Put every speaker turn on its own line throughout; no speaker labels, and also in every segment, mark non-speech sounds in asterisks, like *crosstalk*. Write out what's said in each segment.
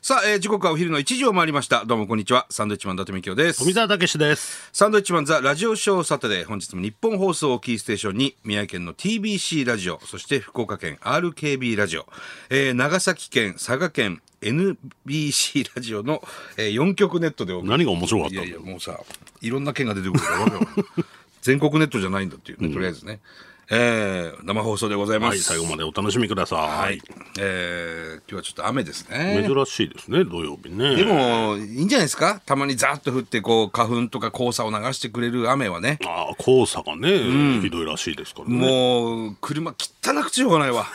さあ、えー時刻はお昼の1時を回りました。どうもこんにちは。サンドイッチマン伊達美京です。
富澤たけしです。
サンドイッチマンザラジオショーサタデー。本日も日本放送をキーステーションに、宮城県の TBC ラジオ、そして福岡県 RKB ラジオ、えー長崎県、佐賀県、NBC ラジオの、え4局ネットでお送り
何が面白かった
い
の
やいやもうさいろんな県が出てくるからわけわかんない全国ネットじゃないんだっていうね、とりあえずね、えー生放送でございます、
はい、最後までお楽しみくださ
はいい。えー今日はちょっと雨ですね
珍しいですね、土曜日ね。
でもいいんじゃないですかたまにザーッと降ってこう花粉とか黄砂を流してくれる雨はね
ああ、黄砂がね、ひどいらしいですからね。
もう車汚くてしょうがない
*laughs*
わ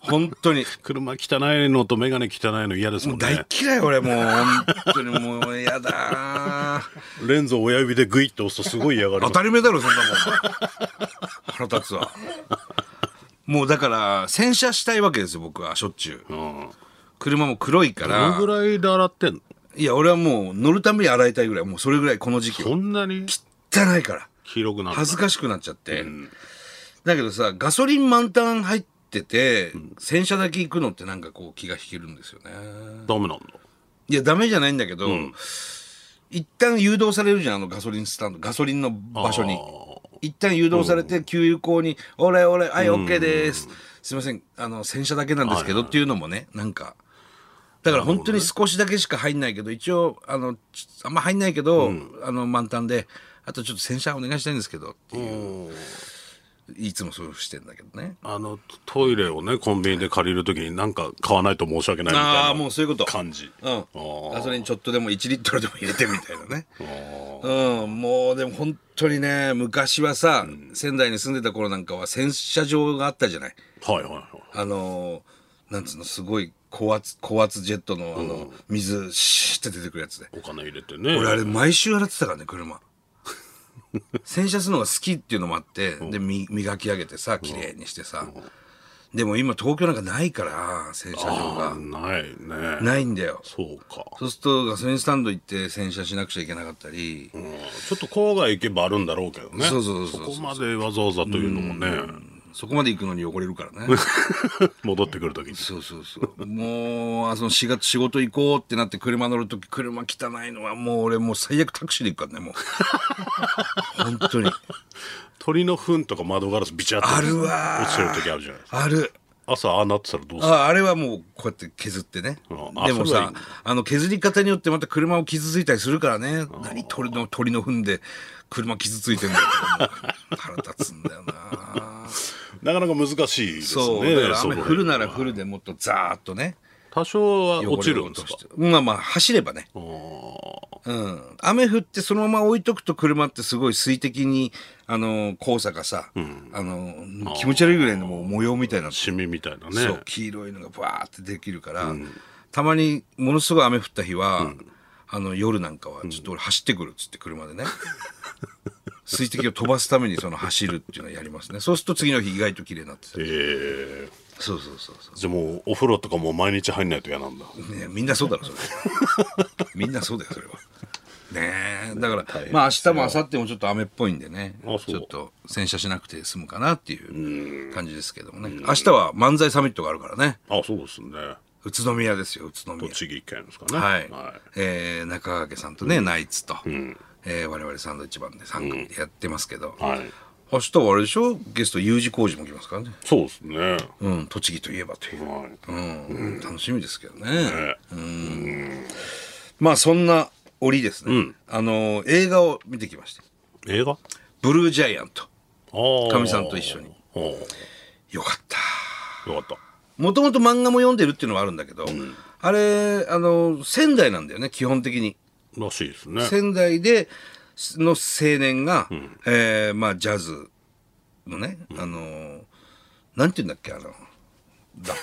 本当に
車汚いのと眼鏡汚いの嫌ですもん
大
ね
っ。嫌い俺もう本当にもうやだ
レンズを親指でグイッと押すとすごい嫌がる
当。たり前だろそんなもん腹立つわもうだから洗車したいわけですよ僕はしょっちゅう
うん
車も黒いか
どの
ら
ぐらいで洗ってんの
いや俺はもう乗るために洗いたいぐらいもうそれぐらいこの時期は
そんなに
汚いから
黄色くなる
恥ずかしくなっちゃって、だけどさガソリン満タン入ってて、洗車だけ行くのってなんかこう気が引けるんですよね
ダメなんだ。
いやダメじゃないんだけど、一旦誘導されるじゃんあのガソリンスタンドガソリンの場所に
あー
一旦誘導されて給油口に「オレオレはい OK です」すいませんあの洗車だけなんですけど」っていうのもねなんかだから本当に少しだけしか入んないけど一応あのちあんま入んないけど、あの満タンで「あとちょっと洗車お願いしたいんですけど」っていういつもそうしてんだけどね
あの、トイレをね、コンビニで借りるときになんか買わないと申し訳ないみたいな。
ああもうそういうこと
感じ。
うん
ー
ガソリンちょっとでも1リットルでも入れてみたいなね *laughs* うんもうでも本当にね昔はさ、仙台に住んでた頃なんかは洗車場があったじゃない
はいはいはい。
あのーなんつうのすごい高圧高圧ジェットのあの、水シーって出てくるやつで
お金入れてね。
俺あれ毎週洗ってたからね
*laughs*
車洗車するのが好きっていうのもあって、でみ磨き上げてさ綺麗にしてさ、でも今東京なんかないから洗車場
あ
が
ーないね。
ないんだよ
そうか。
そうするとガソリンスタンド行って洗車しなくちゃいけなかったり、
うんちょっと郊外行けばあるんだろうけどね。
そうそうそうそう
こまでわざわざというのもね、
そこまで行くのに汚れるからね
戻ってくるときに。
そうそうそうもうあその4月仕事行こうってなって車乗る時車汚いのはもう俺もう最悪タクシーで行くからねも
*laughs*
う本当に
鳥の糞とか窓ガラスビチャッと
あるわー
落ちてるときあるじゃないですか。
ある
朝ああなってたらどうする
ああれはもうこうやって削ってね
うんあ
でも
それはいい
さ
んだ
あの削り方によってまた車を傷ついたりするからね何鳥の鳥の糞で車傷ついてんだよって思う腹立つんだよな
なかなか難しいですね。
そう、だから
そこ
雨
ら
降るなら降るでもっとザーッとね
多少は落ちるんです
と
か
してまあまあ走ればねうん雨降ってそのまま置いとくと車ってすごい水滴にあの黄砂がさ、あの気持ち悪いぐらいのもう模様みたいなの
シミみたいな
そ
ね
う。黄色いのがバーってできるから、たまにものすごい雨降った日は、あの夜なんかはちょっと俺走ってくるっつって車でね、水滴を飛ばすためにその走るっていうのをやりますねそうすると次の日意外と綺麗になってた
えー
そうそうそうそう
じゃあもうお風呂とかも毎日入んないと嫌なんだ。
ねみんなそうだろそれ *laughs* みんなそうだよそれはねえだから
変ですよ
まあ明日も明後日もちょっと雨っぽいんでね
あそう
ちょっと洗車しなくて済むかなっていう感じですけどもね明日は漫才サミットがあるからね
あ、そうですね。
宇都宮ですよ宇都宮
栃木県ですかね。
はい、えー中川家さんとね、ナイツと、えー我々サンドイッチマンで3組でやってますけど、
はい
明日はあれでしょゲスト U 字工事も来ますからね、
そうですね。は
うん、栃木といえばという、
い。
うん楽しみですけどね、
え
まあそんな折ですね、あのー映画を見てきました
映画
ブルージャイアント
か
かみさんと一緒によかった
よかっ
もともと漫画も読んでるっていうのはあるんだけど、あれあのー仙台なんだよね基本的に
たらしいですね
仙台での青年が、えーまあジャズのね、あのーなんて言うんだっけあの *laughs* ラッ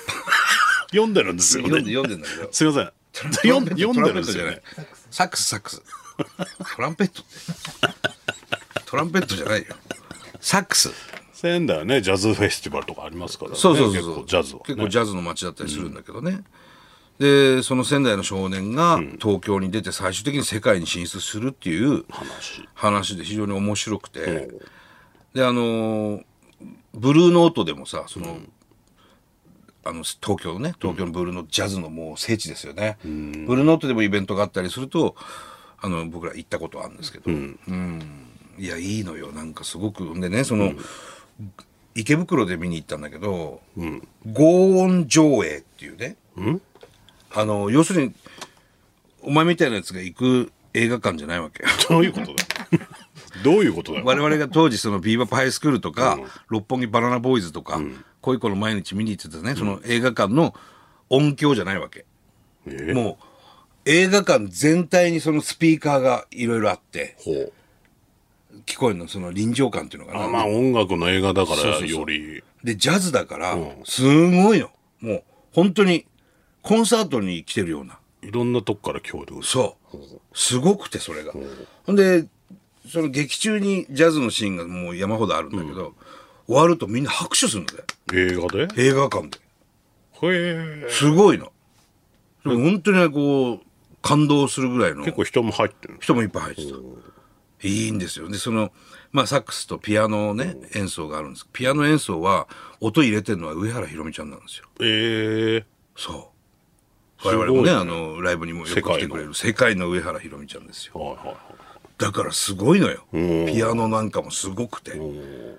読んでるんです
パ
よ
読んで
ね
読んでんだけど
すいません読ん読んでるんですよね
トランペットじゃないサックスサッ
*laughs*
クストランペットってトランペットじゃないよサックス
仙台はねジャズフェスティバルとかありますからね
そうそうそう
結構ジャズは
結
ね
構ジャズの街だったりするんだけどね、でその仙台の少年が東京に出て最終的に世界に進出するっていう
話
話で非常に面白くて、であのーブルーノートでもさその、あの東京のね東京のブルーノートジャズのもう聖地ですよね、ブルーノートでもイベントがあったりするとあの僕ら行ったことあるんですけど、うんいやいいのよなんかすごくでねその、池袋で見に行ったんだけど、合音上映っていうね、あの要するにお前みたいなやつが行く映画館じゃないわ *laughs* けよ
どういうことだよどういうことだよ
我々が当時そのビーバップハイスクールとか、六本木バナナボーイズとか、恋子の毎日見に行ってたね、その映画館の音響じゃないわけ。
え
もう映画館全体にそのスピーカーがいろいろあって、
ほう
聞こえるの、その臨場感っていうのか
あ
な。
まあ音楽の映画だか
そう
ら
そうそう
より
で、ジャズだから、すごいの。もう本当にコンサートに来てるような。
いろんなとこから今日で
そう。すごくて、それが。ほんで、その劇中にジャズのシーンがもう山ほどあるんだけど、終わるとみんな拍手するんだよ。
映画でへ
映画館で。
え
すごいの。でも本当にねこう、感動するぐらいの
結構人も入ってる
人もいっぱい入ってた。いいんですよ。で、その、まあ、サックスとピアノをね、演奏があるんですピアノ演奏は、音入れてるのは上原ひろみちゃんなんですよ。
ええ
そう。我々もね、
すご
あの、ライブにもよく来てくれる、世界の上原ひろみちゃんですよ。
はいはいはい
だからすごいのよ。ピアノなんかもすごくて。ちょっ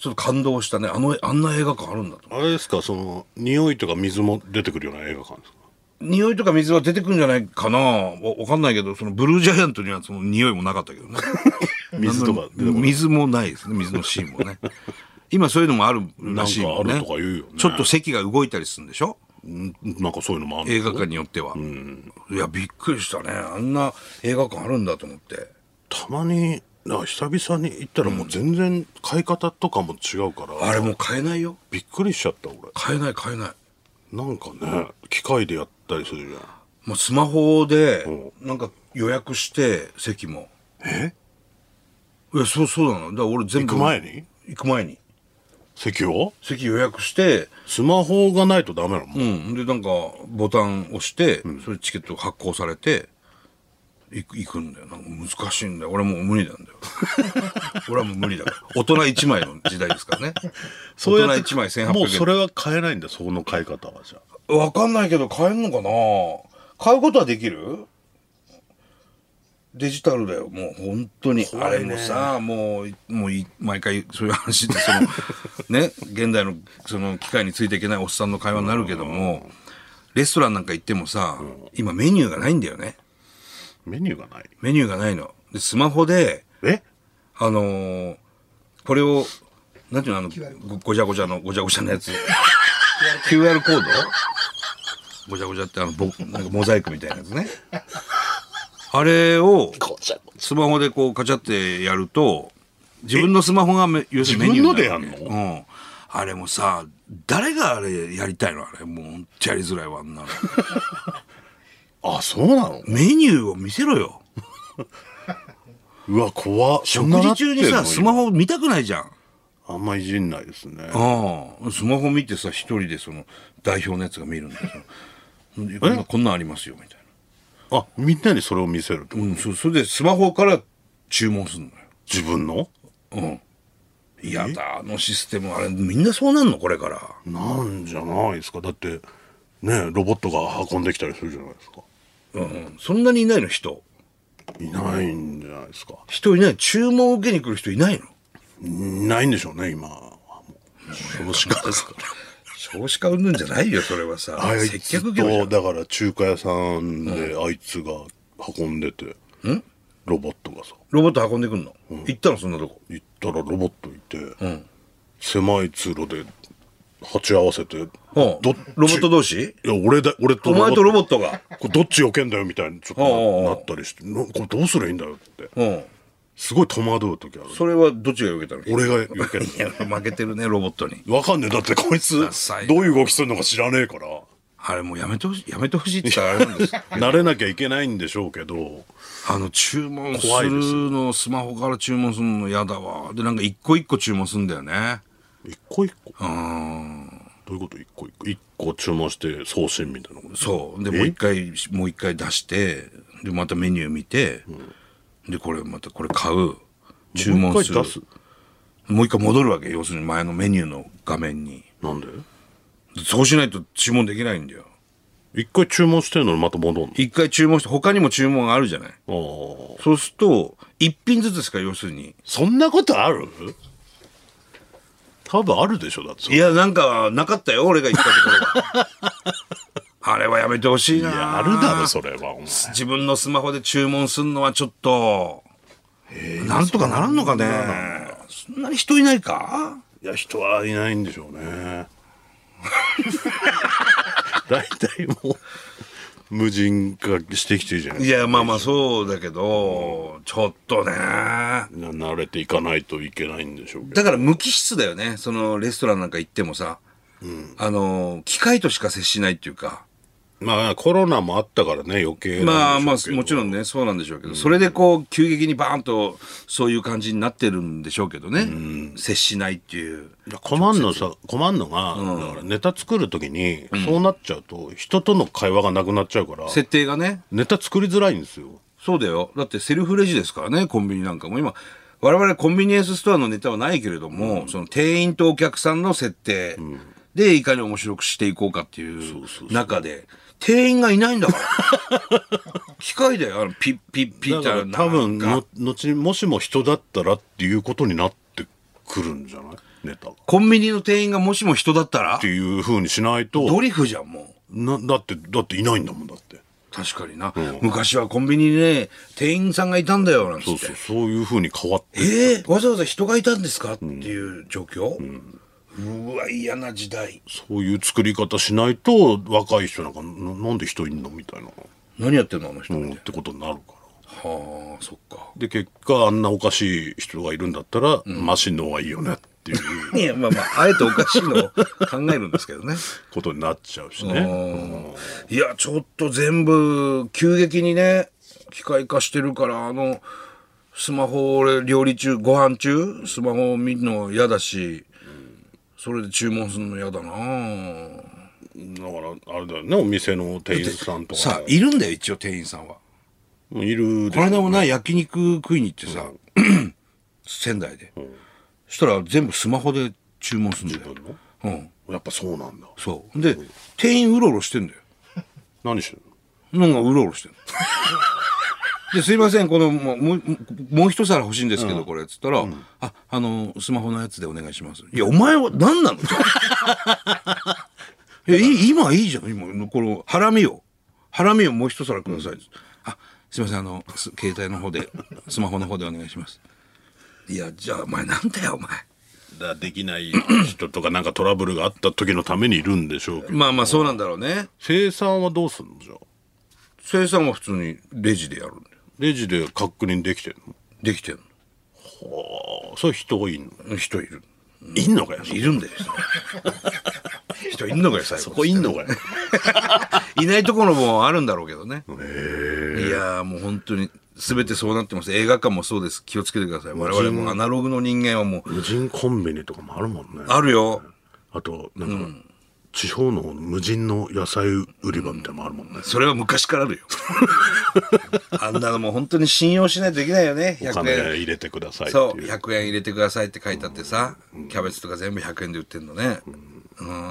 と感動したね。あの、あんな映画館あるんだと。
あれですかその匂いとか水も出てくるような映画館ですか
匂いとか水は出てくんじゃないかなわわかんないけど、そのブルージャイアントにはその匂いもなかったけどね。
*laughs* 水とか出てこない
水もないですね。水のシーンもね。今そういうのもあるらしいもんね。
なんかあるとか言うよね
ちょっと席が動いたりするんでしょ
んなんかそういうのもある
映画館によっては。いや、びっくりしたね。あんな映画館あるんだと思って。
たまになんか久々に行ったらもう全然買い方とかも違うから、
あれもう買えないよ。
びっくりしちゃった俺
買えない買えない。
なんかね機械でやったりするじゃん
もうスマホで、なんか予約して、席も。
え
いや、そう、そうなの。だから俺全
行
部。
く前に
行く前に。
席を
席予約して、
スマホがないとダメなの、
うん、でなんかボタン押して、それチケット発行されて行く行くんだよなんか難しいんだよ俺もう無理なんだ
*laughs*
よ俺はもう無理だから大人1枚の時代ですからね
そうやっ
大
て
人1枚1800円
もうそれは買えないんだその買い方はじゃあ
わかんないけど買えんのかな買うことはできるデジタルだよもう本当に、あれもさもうもうい毎回そういう話でそ *laughs* のね現代のその機械についていけないおっさんの会話になるけどもレストランなんか行ってもさ今メニューがないんだよね
メニューがない
メニューがないのでスマホで
え
あのーこれをなんていうのあのごごちゃごちゃのごちゃごちゃのやつ QR コードごちゃごちゃってあのぼなんかモザイクみたいなやつねあれをスマホでこうカチャってやると自分のスマホがめ要するにメニューになるわけ
自分の
うんあれもさ誰があれやりたいのあれもうほんとやりづらいわあんなの
あそうなの
メニューを見せろよ
うわ怖っ食
食事中にさスマホ見たくないじゃん
あんまいじんないですね
ああスマホ見てさ一人でその代表のやつが見るんだよそのこんなこんなんありますよみたい
あみんなにそれを見せると
な、うん、そそれでスマホから注文するのよ
自分の
いやだあのシステムあれみんなそうなんのこれから
なんじゃないですかだってねロボットが運んできたりするじゃないですか
うん、うん、そんなにいないの人
いないんじゃないですか
人いない注文を受けに来る人いないの
いないんでしょうね今はもう少子化ですから
少子化うんぬんじゃないよそれはさ
あい
接
つ
客業じゃ
と
ん
だから中華屋さんであいつが運んでて、ロボットがさ
ロボット運んでくんの、行ったのそんなとこ
行ったらロボットいて、狭い通路で鉢合わせて、
うん
どっち
ロボット同士
いや俺だ俺と
お前とロボットが
これどっち避けんだよみたいにちょっ
うんうんう
と
ん
ななったりしてなこれどうすりゃいいんだよって
うん
すごい戸惑う時ある
それはどっちが避けたの
俺が避ける
いや負けてるねロボットに
わかんねえだってこいつ
ダサいな
どういう動きするのか知らねえから
あれもうやめてほしい、やめてほしいって言ったらあれなんです。
*laughs* 慣れなきゃいけないんでしょうけど
あの、注文す
怖いです
るの、スマホから注文するの嫌だわ。で、なんか一個一個注文するんだよね。
一個一個
うーん。
どういうこと一個一個一個注文して送信みたいなこと
そう。で、もう一回、もう一回出して、で、またメニュー見て、で、これまたこれ買う。注文する。
もう一回出す
もう一回戻るわけ。要するに前のメニューの画面に。
なんで
そうしないと注文できないんだよ
一回注文してんのにまた戻んの
一回注文して他にも注文あるじゃない
あー
そうすると一品ずつですから要するに
そんなことある多分あるでしょだってそれ
いやなんかなかったよ俺が行ったところは *laughs* あれはやめてほしいない
やあるだろそれはお前
自分のスマホで注文するのはちょっとなんとかならんのかねそんなに人いないか
いや人はいないんでしょ
*laughs*
うね大体もう無人化してきてるじゃない
いやまあまあそうだけどちょっとね
な慣れていかないといけないんでしょうけど
だから無機質だよねそのレストランなんか行ってもさ、あの機械としか接しないっていうか
まあコロナもあったからね余計
ま
な
あ
ん
ま
で
あ
しょうけど
もちろんねそうなんでしょうけど、それでこう急激にバーンとそういう感じになってるんでしょうけどね、接しないっていう
いや困んのさ困んのが、だからネタ作る時に、そうなっちゃうと人との会話がなくなっちゃうから
設定がね
ネタ作りづらいんですよ
そうだよだってセルフレジですからねコンビニなんかも今我々コンビニエンスストアのネタはないけれども、その店員とお客さんの設定でいかに面白くしていこうかっていう中で店員がいないんだから機械だよあのピッピッピッ
だ
ってあ
か
の
ら多分
なんか
の後にもしも人だったらっていうことになってくるんじゃないネタがっ
コンビニの店員がもしも人だったら
ていうふうにしないと
ドリフじゃんもう。
なだってだっていないんだもんだって
確かにな、昔はコンビニにね店員さんがいたんだよなんつって
そうそうそういうふうに変わって
えー、わざわざ人がいたんですかっていう状況、うわ嫌な時代
そういう作り方しないと若い人なんかななんで人いんのみたいな、
何やってんのあの人、
うん、ってことになるから
はあそっか
で結果あんなおかしい人がいるんだったら、マシンの方がいいよねっていう
いやまあまああえておかしいのを考えるんですけ
*laughs*
どね
ことになっちゃうしね
いやちょっと全部急激にね機械化してるからあのスマホ俺料理中ご飯中スマホ見るの嫌だし、それで注文するの嫌だな
だからあれだよねお店の店員さんとか
さあ
ね
いるんだよ一応店員さんは
もういるで
この間もな焼肉食いに行ってさ、 *clears throat* 仙台で、そしたら全部スマホで注文すんだよ
自
う
分
ん
のやっぱそうなんだ
そうで、店員うろうろしてんだよ
何してる
なんかうろうろしてんの *laughs* ですいませんこのもうもうもう一皿欲しいんですけど、これっつったら、ああのスマホのやつでお願いしますいやお前は何なの *laughs* いやいい今いいじゃん今このハラミをハラミをもう一皿ください、あすいませんあのす携帯の方でスマホの方でお願いしますいやじゃあお前なんだよお前
のだできない人とかなんかトラブルがあった時のためにいるんでしょうけど
まあまあそうなんだろうね
生産はどうすんのじゃあ
生産は普通にレジでやるんだよ
レジで確認できてる
できてん
のそれ人いんの
の人いる
いんのかよ
いる
*laughs*
んだよ。人いんのかよ、最後。
こいんのかよ
いないところもあるんだろうけどね。いやーもう本当に、全てそうなってます。映画館もそうです。気をつけてください。我々もアナログの人間はもう、
無人コンビニとかもあるもんね
あるよ。
あとなんか、地方の無人の野菜売り場みたいなのもあるもんね、
それは昔からあ
*laughs*
るよ。あんなのもう本当に信用しないといけないよね。
お
100
金
円。
入れてくださいって
そう、
いう
100円入れてくださいって書いてあってさ、キャベツとか全部100円で売ってんのね。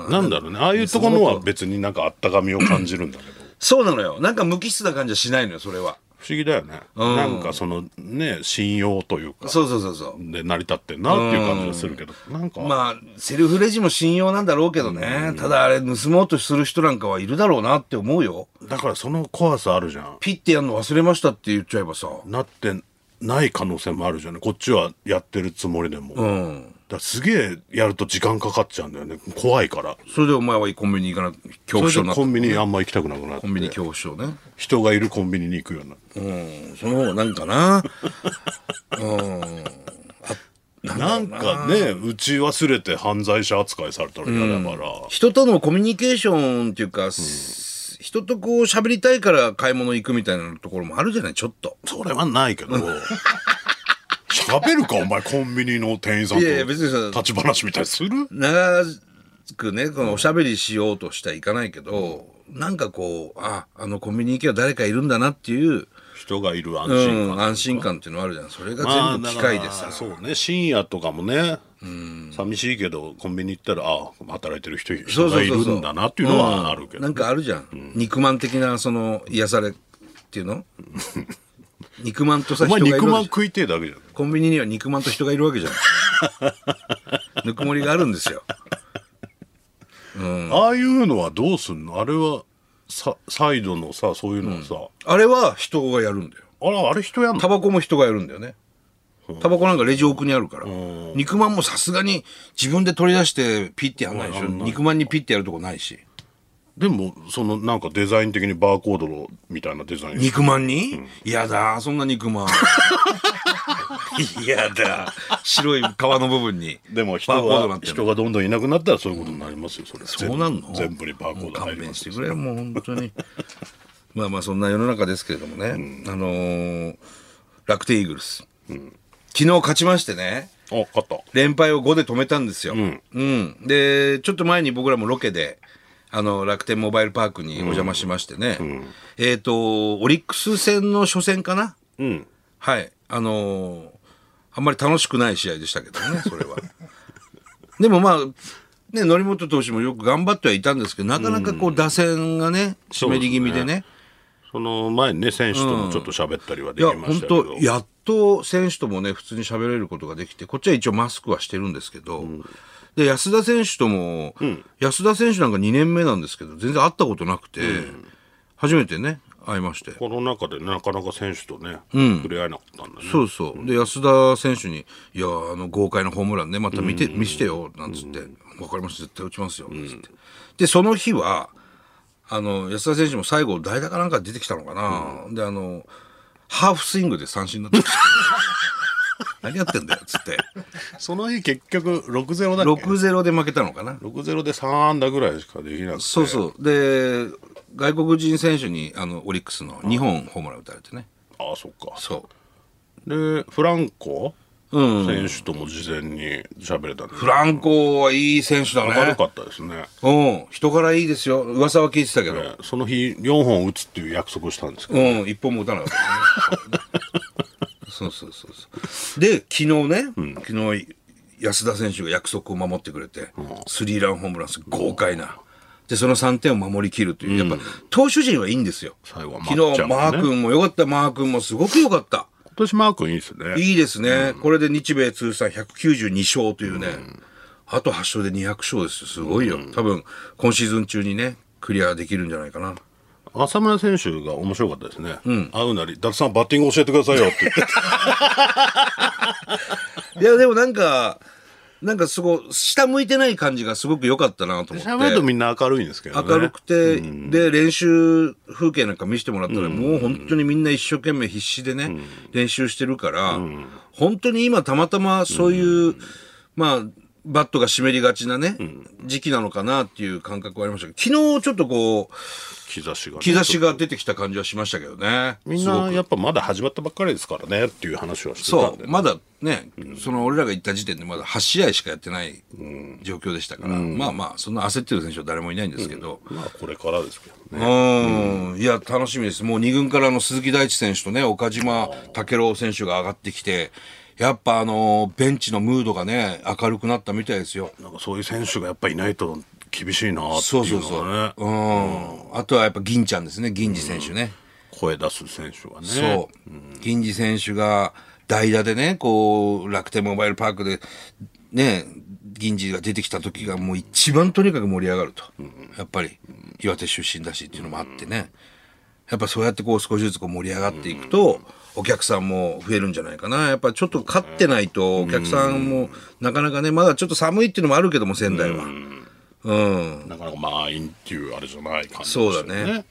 なんだろうねああいうところは別になんかあったかみを感じるんだけど
そうなのよ。なんか無機質な感じはしないのよ、それは。
不思議だよね、なんかそのね信用というか
そうそうそうそう。
で成り立ってんなっていう感じがするけど、なんか、
まあ、セルフレジも信用なんだろうけどね。ただあれ、盗もうとする人なんかはいるだろうなって思うよ。
だからその怖さあるじゃん
ピッてやるの忘れましたって言っちゃえばさ。
なってない可能性もあるじゃんこっちはやってるつもりでも、だか
うん。
らすげえやると時間かかっちゃうんだよね怖いから
それでお前はコンビニ行かな、恐怖症に
それで
なった。
コ
コ
ンビニあんま行きたくなくなって
ンビニ恐怖症ね。
人がいるコンビニに行くようになる
うん。その方がなんかな。
なんかね打ち忘れて犯罪者扱いされたら嫌だから、
人とのコミュニケーションっていうか、人とこう喋りたいから買い物行くみたいなところもあるじゃない、ちょっと。
それはない *laughs* けど喋るかお前コンビニの店員さんと
いやいや別にそ
立
う
ち話みたいにする
長くね、このおしゃべりしようとしてはいかないけど、なんかこうああのコンビニ行けば誰かいるんだなっていう、
人がいる安
う
心感、
ん、安心感っていうのはあるじゃんそれが
まあ
全部機械でさ、
だからそうね深夜とかもね、寂しいけどコンビニ行ったらあ働いてる人人がいるんだなっていうのはあるけど
なんかあるじゃん、肉まん的なその癒されっていうの肉まんとさ
お前
人がい
肉
るわ
ま
けじゃ
ん
ん
食いてえだけじゃん
コンビニには肉まんと人がいるわ
*laughs*
けじゃんぬくもりがあるんですよ
ああいうのはどうすんのあれはさサイドのさそういうのはさ、
あれは人がやるんだよ
あらあれ人やんの
タバコも人がやるんだよねタバコなんかレジ奥にあるから肉まんもさすがに自分で取り出してピッてやんないでしょ肉まんにピッてやるとこないし
でもそのなんかデザイン的にバーコードのみたいなデザイン
肉まんに、いやだそんな肉
*laughs*
まんいやだ白い皮の部分に
でも人
バーコードな
が
んて
人がどんどんいなくなったらそういうことになりますよそれ
そうなんの
全部にバーコード入
勘
りま
弁
す
してくれよもう本当に *laughs* まあまあそんな世の中ですけれどもね、あのー楽天イーグルス、昨日勝ちましてね
あ勝った
連敗を5で止めたんですよ、うんでちょっと前に僕らもロケであの楽天モバイルパークにお邪魔しましてね、えっ、とオリックス戦の初戦かな
うん
はい。あのーあんまり楽しくない試合でしたけど *laughs* ね、それは。でもまあ、ね、則本投手もよく頑張ってはいたんですけど、なかなかこう打線がね、湿り気味でね。
その前にね選手ともちょっと喋ったりはで
いや、
きまし
本
たけど、
当やっと選手ともね、普通に喋れることができて、こっちは一応マスクはしてるんですけど、で、安田選手とも、安田選手なんか2年目なんですけど、全然会ったことなくて、初めてね、会いまして。
この中でねなかなか選手とね、触れ合えなかったんだね
そうそう。で、安田選手に、いや、あの、豪快なホームランね、また見て、見してよ、なんつって、わかりました、絶対打ちますよ、なんつって。で、その日は、あの、安田選手も最後、代打かなんか出てきたのかな。で、あの、ハーフスイングで三振になってました。 *laughs* 何やってんだよ、つって。
その日結局6-0だっけ
6-0で負けたのかな。
6-0で3安打ぐらいしかできなくて
そうそう。で、外国人選手に、あの、オリックスの2本ホームラン打たれてね。
ああそっか
そう。
でフランコ
う
選手とも事前に喋れたんで
フランコはいい選手だね。
明るかったですね
うん、人柄いいですよ。噂は聞いてたけど。
でその日4本打つっていう約束をしたんですけど、
うん、一本も打たなかったね。 *laughs* そうそうそうそう。で、昨日ね、昨日、安田選手が約束を守ってくれて、スリーランホームランス、豪快な。で、その3点を守りきるという、やっぱ、投手陣はいいんですよ。
最後はまっ
昨
ちゃんもね
日、マー君も良かった、マー君もすごく良かった。
今年マー君いいですね
いいですね。これで日米通算192勝というね、あと8勝で200勝ですよ。すごいよ。多分、今シーズン中にね、クリアできるんじゃないかな。
浅村選手が面白かったですね、会うなり「伊達さんバッティング教えてくださいよ」って言って
いや、でもなんか、なんかすごい、下向いてない感じがすごく良かったなと思
喋ると
って。
みんな明るいんですけどね
明るくて、で、練習風景なんか見せてもらったら、もう本当にみんな一生懸命必死でね、練習してるから、本当に今たまたまそういう、まあ、バットが湿りがちなね、時期なのかなっていう感覚はありましたけど、昨日ちょっとこう、
兆しがね、
兆しが出てきた感じはしましたけどね。
みんなやっぱまだ始まったばっかりですからねっていう話はしてた
そ
んで
う、まだね、その俺らが行った時点でまだ8試合しかやってない状況でしたから、まあまあ、そんな焦ってる選手は誰もいないんですけど、
まあこれからですけど
う
ね
ん、いや、楽しみです。もう2軍からの鈴木大地選手とね、岡島武郎選手が上がってきて、やっぱあのベンチのムードがね、明るくなったみたいですよ。
なんかそういう選手がやっぱいないと厳しいなって
そう
い
そうう
の
そう。う
がね
ん。あとはやっぱ銀ちゃんですね、銀次選手ね。
声出す選手がね
そう、銀次選手が代打でね、こう、楽天モバイルパークで、ね、銀次が出てきた時がもう一番とにかく盛り上がると。やっぱり、岩手出身だしっていうのもあってね。やっぱそうやってこう少しずつこう盛り上がっていくと、お客さんも増えるんじゃないかな。やっぱちょっと勝ってないと、お客さんもなかなかね、まだちょっと寒いっていうのもあるけども、仙台は。うん
なかなか満員っていうあれじゃない感じです
そ
よ
う
ね
だね。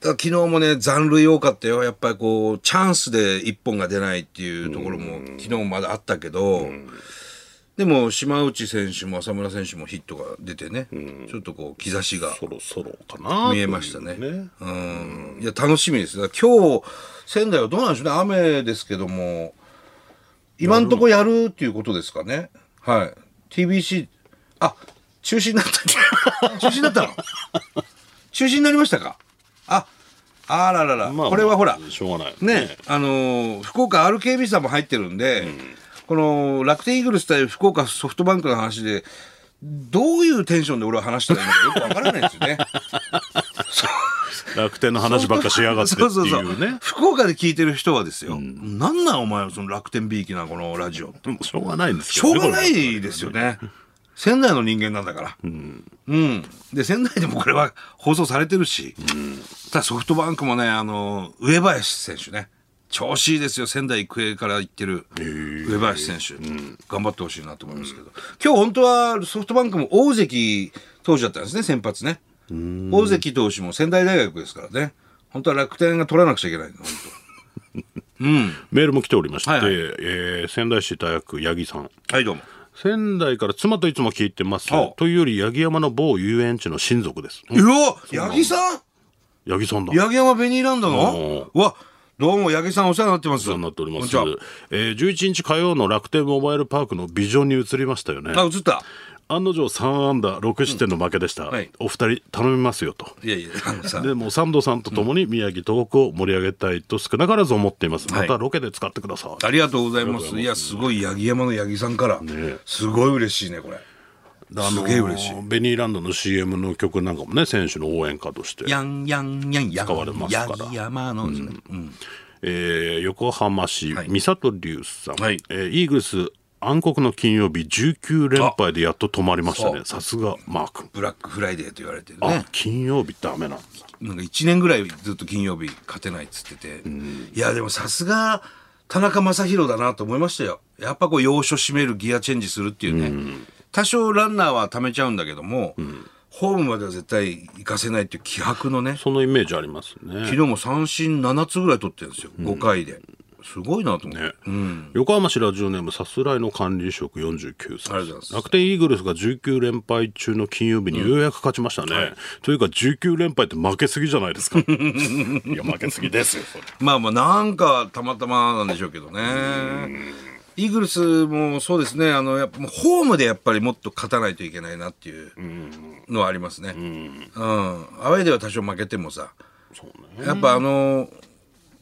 ただ昨日もね、残塁多かったよ。やっぱりこう、チャンスで一本が出ないっていうところも、昨日もまだあったけど、でも島内選手も浅村選手もヒットが出てね、ちょっとこう、兆しが
そろそろかな
見えましたね。
という
うん。いや、楽しみです。だから今日、仙台はどうなんでしょうね。雨ですけども、今んとこやるっていうことですかね。はい。TBC、あ、中止になった。中止になったの中止になりましたかああららら、
まあ
これはほら
しょうがない
ね、あのー福岡 RKB さんも入ってるんで、この楽天イーグルス対福岡ソフトバンクの話で、どういうテンションで俺は話したらいいのかよくわからないですよね。
楽天の話ばっかしやがってっていうね
そうそうそう福岡で聞いてる人はですよ、なんなんお前その楽天びいきなこのラジオ
でもしょうがないんですけ
し
ど
ょ
ね
うがな
こ
いですよね仙台の人間なんだからうん、で仙台でもこれは放送されてるし、ただソフトバンクもねあの上林選手ね調子いいですよ仙台育英から行ってる上林選手、頑張ってほしいなと思いますけど、今日本当はソフトバンクも大関投手だったんですね先発ね大関投手も仙台大学ですからね本当は楽天が取らなくちゃいけないの本
れメールも来ておりまして、
はいはい
えー仙台市大学八木さん
当はいどうも
仙台から妻といつも聞いてます
あ
というより八木山の某遊園地の親族です
うわ八木さん
八木さんだ
八木山ベニーランドのうわどうも八木さんお世話になってます
お世話になっております
こんにち、
えー、11日火曜の楽天モバイルパークのビジョンに移りましたよね
はあ映った
案の定3安打6失点の負けでした、
はい
お二人頼みますよと
いやいやあのさ
でもうサンドさんと共に宮城東北を盛り上げたいと少なからず思っています、
はい
またロケで使ってください、
ありがとうございますいやすごい八木山の八木さんから
え
すごい嬉しいねこれ
あの
すげえ嬉しい
ベニーランドの CM の曲なんかもね選手の応援歌として
やんやんやんやん
使われますから
八木山のですねうん
えー横浜市、三里龍さん、
はい
えーイーグルス暗黒の金曜日19連敗でやっと止まりましたね
あ
さすがマー君
ブラックフライデーと言われてる
あ、
ね
金曜日ダメなんだ
なんか1年ぐらいずっと金曜日勝てないっつってていやでもさすが田中将大だなと思いましたよやっぱこう要所締めるギアチェンジするっていうね多少ランナーは溜めちゃうんだけどもホームまでは絶対行かせないっていう気迫のね
そのイメージありますね
昨日も三振7つぐらい取ってるんですよ、5回で。すごいなと思って。
ね横浜市ラジオネームさすらいの管理職
あり
49歳
がとうございます
楽天イーグルスが19連敗中の金曜日にようやく勝ちましたね、というか19連敗って負けすぎじゃな
*laughs*
いですかいや負けすぎですよそれ
まあまあ、なんかたまたまなんでしょうけどね。イーグルスもそうですね、あの、やっぱもうホームでやっぱりもっと勝たないといけないなっていうのはありますね。うん。アウェーでは多少負けてもさ、やっぱあの、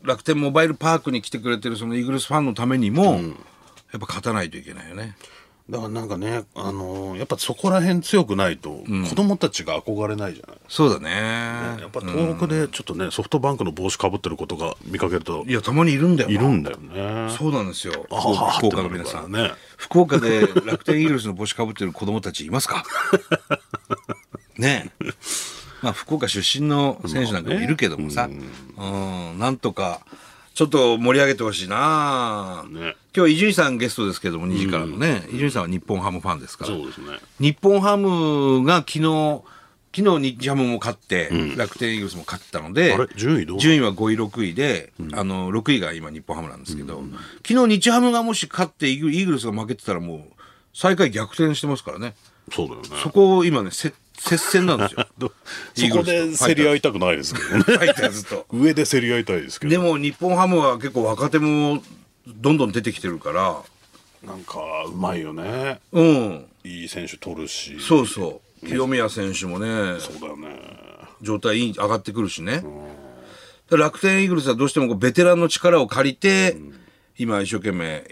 楽天モバイルパークに来てくれてるそのイーグルスファンのためにも、やっぱ勝たないといけないよね。
だからなんかね、あのーやっぱそこら辺強くないと、子供たちが憧れないじゃない、
そうだね。
やっぱ東北でちょっとね、ソフトバンクの帽子かぶってることが見かけると
いや、たまにいるんだよない
るんだよね
そうなんですよ。
あ
福岡
あ
福岡の皆さ
っ
ん。
てなるからね
福岡で楽天イーグルスの帽子かぶってる子供たちいますかねえ。まあ、福岡出身の選手なんかもいるけどもさ。うん、なんとか、ちょっと盛り上げてほしいな、
ね
今日伊集院さんゲストですけども、2時からのね。伊集院さんは日本ハムファンですから。
そうですね
日本ハムが昨日、昨日日ハムも勝って、楽天イーグルスも勝ったので、
あれ順位どうなの
順位は5位、6位で、あの、6位が今日本ハムなんですけど、昨日日ハムがもし勝ってイーグイーグルスが負けてたらもう、最下位逆転してますからね。
そうだよね
そこを今ね、せ接戦なん
*laughs*
ですよ。
そこで競り合
い。
いたくないですけどね
ファイターズと。
上で競り合いたいですけ
で
ど
も日本ハムは結構若手もどんどん出てきてるから、
なんかうまいよね
うん、
いい選手取るしそ
そう
う
そう。清宮選手もね、
だよね
状態いい上がってくるしね。だから楽天イーグルスはどうしてもこうベテランの力を借りて、今一生懸命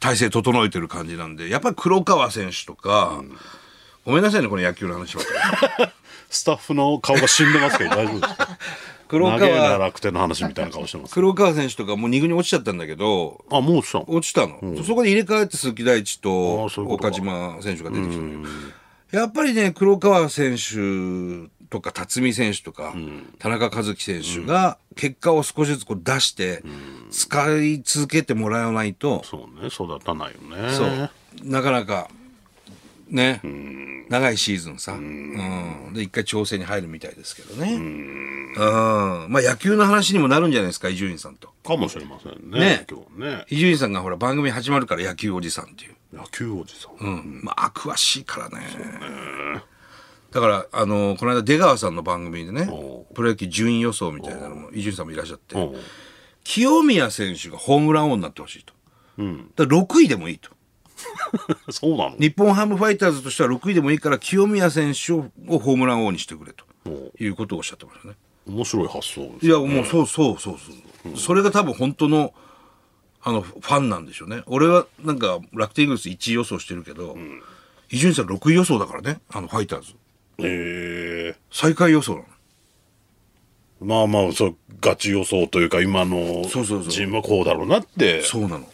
体制整えてる感じなんで、やっぱり黒川選手とか、ごめんなさいね、この野球の話は。
スタッフの顔が死んで
*laughs*
ますけど大丈夫ですか
黒
投げな
川、
楽天の話みたいな顔してます
黒川選手とかもう2軍に落ちちゃったんだけど、
あもうしたの
落ちたの。そこで入れ替えて鈴木大地
あ
と
あそういうことか
岡島選手が出てきたんだけど、やっぱりね、黒川選手とか辰巳選手とか、田中和樹選手が結果を少しずつこう出して、使い続けてもらわないと、
そうね育たないよね
そうなかなかね長いシーズンさうんで一回調整に入るみたいですけどねうんまあ野球の話にもなるんじゃないですか伊集院さんと
かもしれませんね
ね
今日ね
伊集院さんがほら番組始まるから野球おじさんっていう、
野球おじさん、
うん、まあ詳しいからねだからあのこの間出川さんの番組でね
お
プロ野球順位予想みたいなのも伊集院さんもいらっしゃって
うん *laughs*
清宮選手がホームラン王になってほしいと、だから6位でもいいと
そうなの
日本ハムファイターズとしては6位でもいいから清宮選手をホームラン王にしてくれと。いうことをおっしゃってましたね。
面白い発想です
いや、もうそうそうそうそう、それが多分本当の、あの、ファンなんでしょうね。俺はなんか楽天イーグルス1位予想してるけど、伊集院さん6位予想だからね、あのファイターズ。
ええ
最下位予想なの。
まあまあそうガチ予想というか今のチ
そうそうそう
ームはこうだろうなって
そうなの。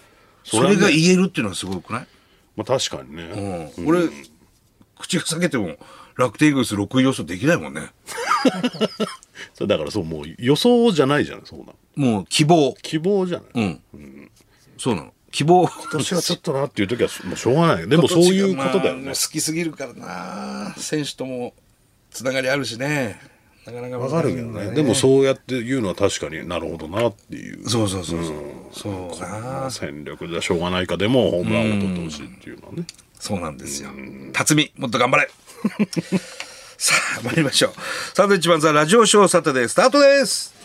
そ
それは
れ
ね
が言えるっていうのはすごくない
まあ確かにね、
うん、俺、口が裂けても楽天イーグルス6位予想できないもんね。
そうだからそうもう予想じゃないじゃないそうなの
もう希望。
希望じゃない、
うん。そうなの。希望。
今年はちょっとなっていう時はもうしょうがないでもそういうことだよ
まあ
ね
*laughs* 好きすぎるからな。選手ともつながりあるしね。なかなか
わ
わ
かるけどねでもそうやって言うのは確かになるほどなっていう
そうそうそうそう。そうな。
戦略じゃしょうがないかでもホームランを取ってほしいっていうのはね
そうなんですよ。辰巳、もっと頑張
*laughs*
れ。さあ、参りましょう。サンドウィッチマンザラジオショーサタデースタートです。